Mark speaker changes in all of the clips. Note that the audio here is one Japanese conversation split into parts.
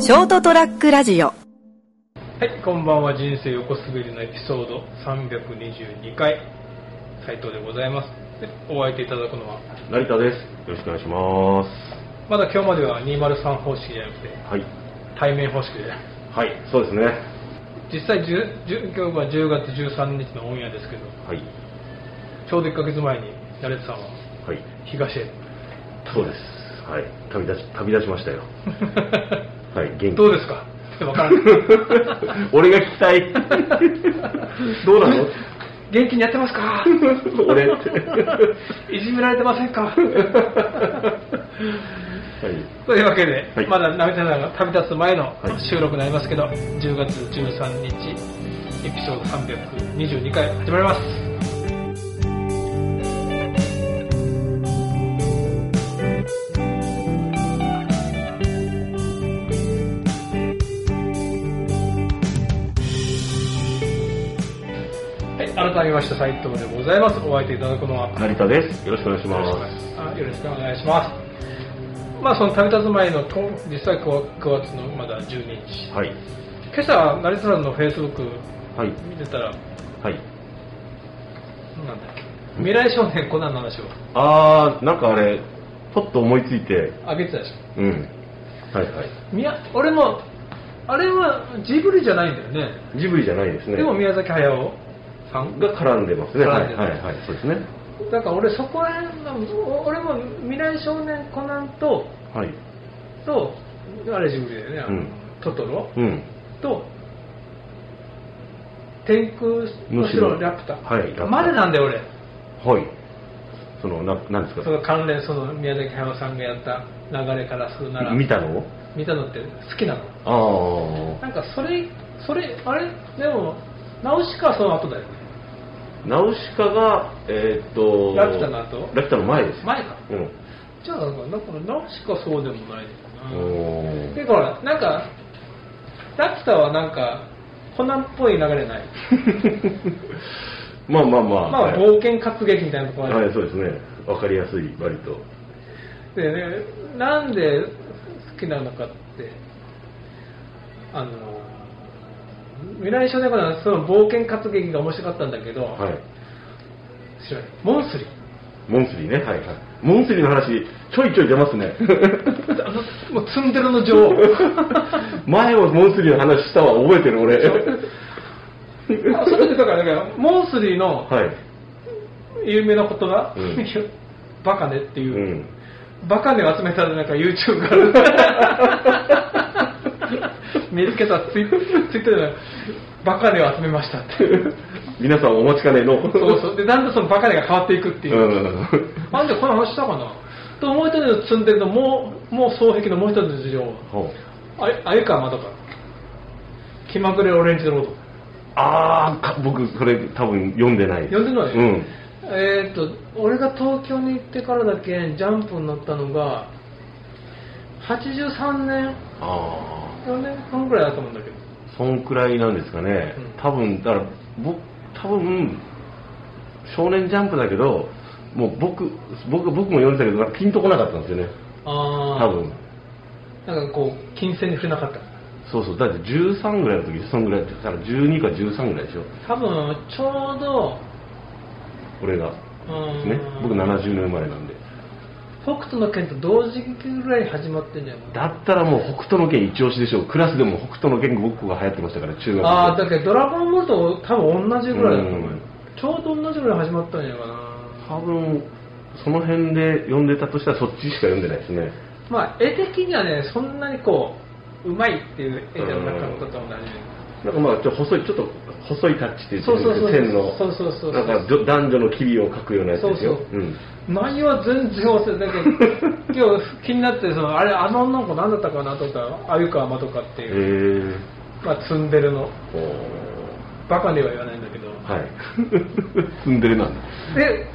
Speaker 1: ショートトラックラジオ
Speaker 2: はい、こんばんは。人生横滑りのエピソード322回、斉藤でございます。でお相手いただくのは、
Speaker 3: 成田です。よろしくお願いします。
Speaker 2: まだ今日までは203方式じゃなくて、
Speaker 3: はい。
Speaker 2: 対面方式で、
Speaker 3: はい、そうですね。
Speaker 2: 実際10、10今日は10月13日のオンエアですけど、
Speaker 3: はい。
Speaker 2: ちょうど1ヶ月前に、成田さんは
Speaker 3: はい。
Speaker 2: 東へ。
Speaker 3: そうです。はい。旅立ち、旅立ちましたよ。はい、元気。
Speaker 2: どうですかってわからない。
Speaker 3: 俺が聞きた い。どうなの
Speaker 2: 元気にやってますか
Speaker 3: 俺って。はい
Speaker 2: じめられてませんか
Speaker 3: い。
Speaker 2: というわけで、
Speaker 3: はい
Speaker 2: まだ成田さんが旅立つ前の
Speaker 3: はい
Speaker 2: 収録になりますけど、10月13日エピソード322回始まりますはい改めまして斉藤でございますお相手いただくのは
Speaker 3: 成田です。よろしくお願いし
Speaker 2: よろしくお
Speaker 3: ま
Speaker 2: 願い
Speaker 3: す。
Speaker 2: します。よろしくお願いします。まあその旅立つ前のと実際こう9月のまだ12日。
Speaker 3: はい。
Speaker 2: 今朝成田さんのフェイスブック
Speaker 3: はい。
Speaker 2: 見てたら
Speaker 3: はい。
Speaker 2: なんだっけ未来少年コナンの話を
Speaker 3: あー、なんかあれ、ポッと思いついて、
Speaker 2: 上げてたでし
Speaker 3: うん。はいはい。
Speaker 2: ょ。みや俺もあれはジブリじゃないんだよね。
Speaker 3: ジブリじゃないですね。
Speaker 2: でも宮崎駿さん
Speaker 3: が絡んでますね。は
Speaker 2: 絡ん
Speaker 3: い
Speaker 2: でる
Speaker 3: はいはい。そうですね。
Speaker 2: だから俺そこら辺の俺も未来少年コナンと
Speaker 3: はい。
Speaker 2: とあれジブリだよねあの。
Speaker 3: うん
Speaker 2: トトロ
Speaker 3: うん。
Speaker 2: と天空の城ラピュタ、
Speaker 3: はいラピュタ
Speaker 2: までなんだよ俺
Speaker 3: はい。その、な、なんです
Speaker 2: そ
Speaker 3: か
Speaker 2: の関連その宮崎駿さんがやった流れからするなら
Speaker 3: 見たの
Speaker 2: 見たのって好きなの
Speaker 3: ああ
Speaker 2: なんかそれそれあれでも直しかその後だよね
Speaker 3: ー。ナウシカが、えーっと、
Speaker 2: ラピュタの後
Speaker 3: ラピュタの前です。
Speaker 2: 前か
Speaker 3: うん。
Speaker 2: じゃあなんかなんか直しかそうでもないのか
Speaker 3: お
Speaker 2: な
Speaker 3: ー
Speaker 2: でほらなんかラピュタはなんかコナンっぽい流れ ない
Speaker 3: まあまあまあ。
Speaker 2: まあ
Speaker 3: はい、
Speaker 2: 冒険活劇みたいなところある
Speaker 3: はい、そうですね。わかりやすい、割と。
Speaker 2: でね、なんで好きなのかって、あの、未来少年コナンはその冒険活劇が面白かったんだけど、
Speaker 3: はい。
Speaker 2: 知らないモンスリー。
Speaker 3: モンスリーね。はいはい。モンスリーの話、ちょいちょい出ますね。
Speaker 2: あの、もうツンデレの女王。
Speaker 3: 前もモンスリーの話したわ、覚えてる俺。
Speaker 2: あそれでだから、だからモンスリーの
Speaker 3: はい。
Speaker 2: 有名な言葉、
Speaker 3: うん
Speaker 2: バカねって
Speaker 3: う
Speaker 2: いう、
Speaker 3: ん。
Speaker 2: バカねを集めたらなんか YouTube から。 見つけたツイツイッターでバカねを集めましたって。
Speaker 3: 皆さんお待ちかねの。
Speaker 2: そうそう。で、だんだんそのバカネが変わっていくっていうう。
Speaker 3: ん。
Speaker 2: なんでこの話したかなと思いたの積んでるの、もう、もう双璧のもう一つの事情。
Speaker 3: ほう
Speaker 2: ああゆかまどか。気まぐれオレンジロード。
Speaker 3: ああ、か僕、それ多分読んでない。
Speaker 2: 読んでない
Speaker 3: うん。
Speaker 2: えーっと、俺が東京に行ってからだけジャンプになったのが、83年、
Speaker 3: あ
Speaker 2: 4年間ぐらいだと思うんだけど。
Speaker 3: あ、そんくらいなんですかね。
Speaker 2: うん
Speaker 3: 多分、だから、僕、多分、少年ジャンプだけど、もう僕、僕僕も読んでたけど、なんかピンとこなかったんですよね。
Speaker 2: ああ。
Speaker 3: 多分。
Speaker 2: なんかこう、金銭に触れなかった。
Speaker 3: そうそう。だって13ぐらいの時、そんぐらいだから12か13ぐらいでしょ。
Speaker 2: 多分、ちょうど、
Speaker 3: 俺が。
Speaker 2: うーん
Speaker 3: ね。僕70年生まれなんで。
Speaker 2: 北斗の拳と同時期ぐらいに始まってんじゃん
Speaker 3: だったらもう北斗の拳一押しでしょ。クラスでも北斗の拳ごっこが流行ってましたから、中学
Speaker 2: ああだけどドラゴンボールと多分同じぐらいだと思う
Speaker 3: うん
Speaker 2: ちょうど同じぐらい始まったんじゃないかな
Speaker 3: 多分その辺で読んでたとしたらそっちしか読んでないですね
Speaker 2: まあ絵的にはねそんなにこううまいっていう絵ではなかったと思うんだね
Speaker 3: なんかまあちょっと細いちょっと細いタッチっていう
Speaker 2: そうそうそう
Speaker 3: 線の
Speaker 2: そうそうそう
Speaker 3: なんかじょ男女の機微を描くようなやつですよ
Speaker 2: そう
Speaker 3: うん
Speaker 2: 内容は全然忘れてたけ ど今日気になってそのあれあの女の子何だったかなと思ったら鮎川まどかって
Speaker 3: へ
Speaker 2: いう、
Speaker 3: え
Speaker 2: まあ、ツンデレの
Speaker 3: おー
Speaker 2: バカでは言わないんだけど
Speaker 3: はい ツンデレなんだ
Speaker 2: で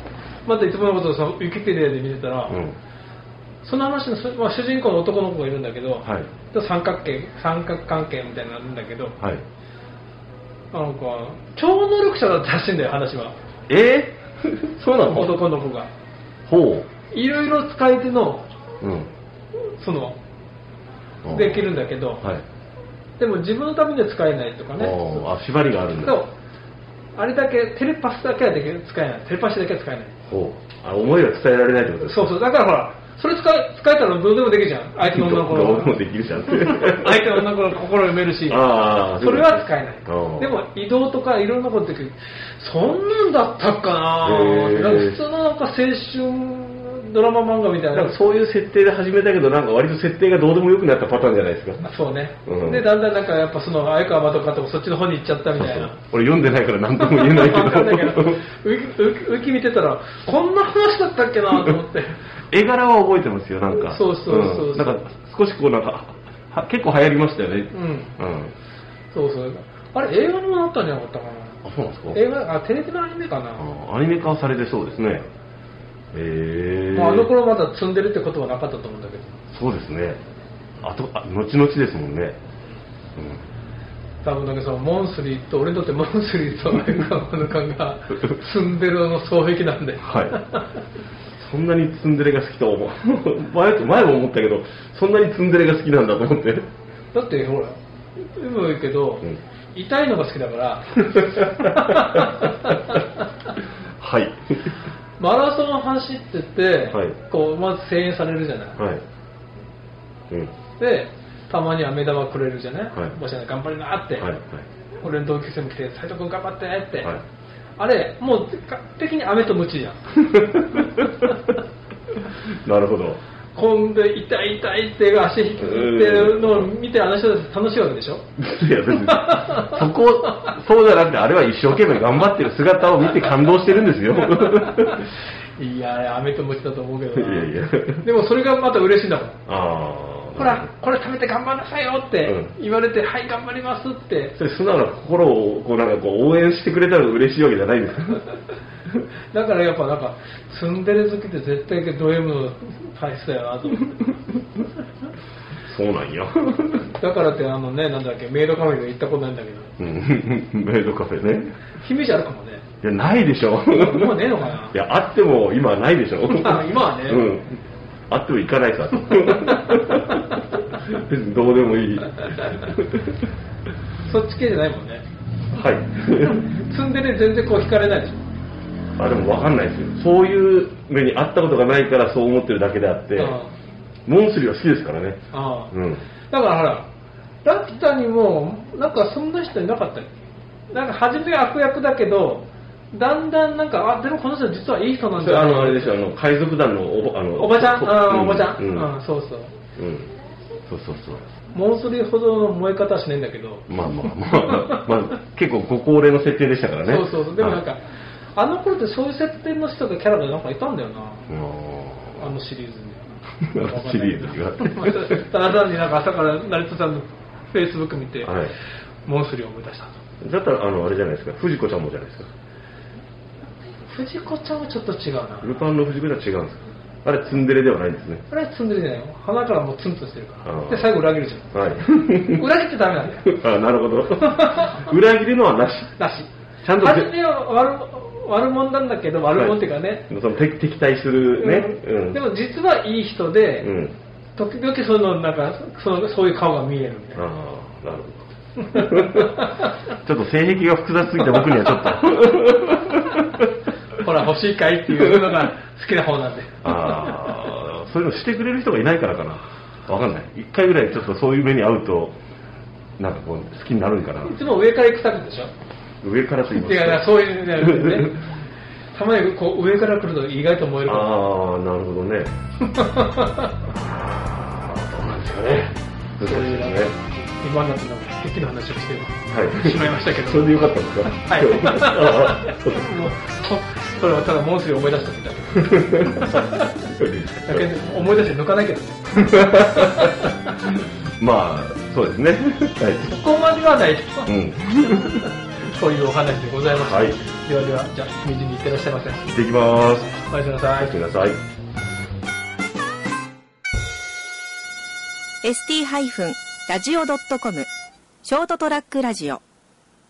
Speaker 2: またいつものことをそのウィキペディアで見てたら、
Speaker 3: うん
Speaker 2: その話の、そまあ、主人公の男の子がいるんだけど、
Speaker 3: はい
Speaker 2: 三角形三角関係みたいになるんだけど、
Speaker 3: はい
Speaker 2: なんか超能力者だったらしいんだよ話は
Speaker 3: え ー、そうなの
Speaker 2: 男の子が
Speaker 3: ほ
Speaker 2: いろいろ使い手の
Speaker 3: ううん
Speaker 2: その
Speaker 3: うん
Speaker 2: できるんだけど、
Speaker 3: はい
Speaker 2: でも自分のためには使えないとかね、
Speaker 3: おーあ縛りがあるんだ
Speaker 2: そうあれだけテレパスだけはできる使えないテレパシーだけは使えない
Speaker 3: ほうあ思いは伝えられないってことです
Speaker 2: そうそうだからほらそれ使え使えたらどうでもできるじゃん相手の女の子
Speaker 3: ど
Speaker 2: の
Speaker 3: うもできるじゃ んって
Speaker 2: 相手の女の子の心を読めるし
Speaker 3: あー
Speaker 2: それは使えない
Speaker 3: うん
Speaker 2: でも移動とかいろんなことできるそんなんだったかな
Speaker 3: へー
Speaker 2: なんか普通のなんか青春ドラマ漫画みたい
Speaker 3: な
Speaker 2: なん
Speaker 3: かそういう設定で始めたけどなんか割と設定がどうでもよくなったパターンじゃないですか
Speaker 2: そうね、
Speaker 3: うん
Speaker 2: でだんだんなんかやっぱその鮎川まとかとかそっちの方に行っちゃったみたいな
Speaker 3: 俺読んでないから何とも言えないけ
Speaker 2: わかんないけど
Speaker 3: ど
Speaker 2: ウキウキウキ見てたらこんな話だったっけなと思って
Speaker 3: 絵柄は覚えてますよなんか
Speaker 2: そうそうそうそうん
Speaker 3: なんか少しこうなんかは結構流行りましたよね
Speaker 2: うん
Speaker 3: うん
Speaker 2: そうそうあれ映画にもなったんじゃなかったかな
Speaker 3: あそうなんですか
Speaker 2: 映画あテレビのアニメかな、
Speaker 3: あアニメ化はされてそうですねへえ
Speaker 2: まあ、あの頃まだ積んでるってことはなかったと思うんだけど
Speaker 3: そうですねあとあ後々ですもんね、
Speaker 2: 多分だけどそのモンスリーと俺にとってモンスリーとアイカマヌカが積んでるの双璧なんで
Speaker 3: う ん、はいそんなにツンデレが好きとは思う 前前も思ったけどそんなにツンデレが好きなんだと思 って
Speaker 2: だってほら今言うけど、
Speaker 3: うん
Speaker 2: 痛いのが好きだから
Speaker 3: はい
Speaker 2: マラソン走ってて、
Speaker 3: はい
Speaker 2: こうまず声援されるじゃない、
Speaker 3: はいうん
Speaker 2: でたまには目玉くれるじゃない、
Speaker 3: はい
Speaker 2: もしね頑張りなって、
Speaker 3: はいはい
Speaker 2: 俺の同級生も来て斉藤君頑張ってって、
Speaker 3: はい
Speaker 2: あれもう結果的に飴とムチ じゃん
Speaker 3: なるほど
Speaker 2: 今度痛い痛いって足引きずってるのを見てあの人たち楽しいわけでしょ
Speaker 3: いや別にそこそうじゃなくてあれは一生懸命頑張ってる姿を見て感動してるん ですよ
Speaker 2: いやあれ飴とムチだと思うけどない
Speaker 3: やいや
Speaker 2: でもそれがまた嬉しいんだもん
Speaker 3: ああ
Speaker 2: ほらこれ食べて頑張んなさいよって
Speaker 3: うん
Speaker 2: 言われて、はい頑張りますって
Speaker 3: それ素直な心をこうなんかこう応援してくれたら嬉しいわけじゃないんですか
Speaker 2: だからやっぱなんかツンデレ好きって絶対ド M の体質だよなと思 って
Speaker 3: そうなんや
Speaker 2: だからってあのねなんだっけメイドカフェに行ったことないんだけど
Speaker 3: うんメイドカフェね
Speaker 2: 姫路あるかも ね
Speaker 3: いやないでしょ
Speaker 2: もうねえのかない
Speaker 3: やあっても今はないでしょ
Speaker 2: あ今はね
Speaker 3: うんあっても行かない さと別にどうでもいい
Speaker 2: そっち系じゃないもんね
Speaker 3: はい
Speaker 2: ツンデレ全然こう惹かれないでしょ
Speaker 3: あでも分かんないですよそういう目に遭ったことがないからそう思ってるだけであって、
Speaker 2: うん
Speaker 3: モンスリーは好きですからね
Speaker 2: ああ
Speaker 3: うん
Speaker 2: だからほらラピュタにもなんかそんな人いなかったっけなんか初めは悪役だけどだんだんなんかあでもこの人実はいい人なん
Speaker 3: そ
Speaker 2: じ
Speaker 3: れ
Speaker 2: ゃ
Speaker 3: あ
Speaker 2: ない
Speaker 3: のあれでしょあの海賊団のおばあの
Speaker 2: おばちゃん
Speaker 3: そう
Speaker 2: あーおばちゃん、
Speaker 3: う
Speaker 2: うん
Speaker 3: うんん
Speaker 2: そうそう
Speaker 3: うんそうそうそう
Speaker 2: モンスリーほどの燃え方はしないんだけど、
Speaker 3: まあまあまあ、まあ、結構ご高齢の設定でしたからね
Speaker 2: そうそうそうでもなんか、
Speaker 3: はい
Speaker 2: あの頃ってそういう設定の人がキャラでなんかいたんだよなあのシリーズに
Speaker 3: あのシリーズがあって
Speaker 2: ただ単になんか朝から成田さんのフェイスブック見て、
Speaker 3: うんはい
Speaker 2: モンスリーを思い出したと
Speaker 3: だったらあのあれじゃないですか藤子ちゃんもじゃないですか
Speaker 2: 藤子ちゃんはちょっと違うな
Speaker 3: ルパンの藤子ちゃんは違うんですかあれツンデレではないんですね
Speaker 2: あれはツンデレじゃないよ鼻からもうツンツンしてるか
Speaker 3: あ
Speaker 2: ら
Speaker 3: ー
Speaker 2: で最後裏切るじゃん
Speaker 3: はい
Speaker 2: 裏切っちゃダメなんだよ
Speaker 3: あなるほど 裏切るのはなし
Speaker 2: なし
Speaker 3: ちゃんと
Speaker 2: 初めは悪悪者なんだけど悪者っていうかね、
Speaker 3: その敵敵対するね、
Speaker 2: うん
Speaker 3: うん、
Speaker 2: でも実はいい人で、
Speaker 3: うん
Speaker 2: 時々そのなんかそのそういう顔が見えるみたいな
Speaker 3: ああなるほどちょっと性癖が複雑すぎて僕に はちょっ
Speaker 2: ほら欲しいかいっていうのが好きな方なんで
Speaker 3: とああそういうのしてくれる人がいないからかなわかんない一回ぐらいちょっとそういう目に遭うとなんかこう好きになるんかない
Speaker 2: つも上から行くタイプでしょ
Speaker 3: 上からと言います
Speaker 2: 違うなそういうんじゃなくてねたまにこう上から来ると意外と燃えるから
Speaker 3: ああなるほどねああどうなんですかね そうですね
Speaker 2: 今になってなんか素敵な話をして
Speaker 3: はい
Speaker 2: しまいましたけど
Speaker 3: それでよかったんですか
Speaker 2: はい
Speaker 3: 今日 ああそうで す
Speaker 2: もうそそれはただモンスリーを思い出したみたいな だけど思い出して抜かないけどね
Speaker 3: まあそうですねは
Speaker 2: ここまではないと
Speaker 3: い、うん、
Speaker 2: そういうお話でございました、
Speaker 3: はい
Speaker 2: ではではじゃあ姫路に行ってらっしゃいませ
Speaker 3: 行ってきます
Speaker 2: おやすみなさい
Speaker 3: おやすみなさい
Speaker 1: ST-radio.com ショートトラックラジオ